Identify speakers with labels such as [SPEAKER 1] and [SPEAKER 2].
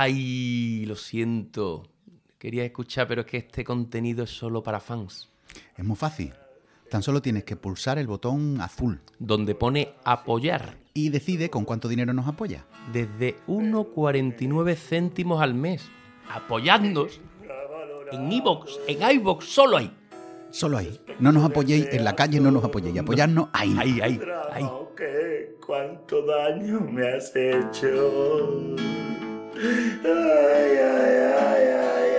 [SPEAKER 1] Ay, lo siento. Quería escuchar, pero es que este contenido es solo para fans.
[SPEAKER 2] Es muy fácil. Tan solo tienes que pulsar el botón azul
[SPEAKER 1] Donde pone apoyar
[SPEAKER 2] y decide con cuánto dinero nos apoya.
[SPEAKER 1] desde 1,49 céntimos al mes. Apoyadnos en iVoox, en iVoox, solo ahí.
[SPEAKER 2] Solo ahí. No nos apoyéis en la calle, no nos apoyéis. Apoyarnos ahí.
[SPEAKER 1] Ahí, ahí, ahí.
[SPEAKER 3] Drama, ok, cuánto daño me has hecho. Ay, ay, ay, ay,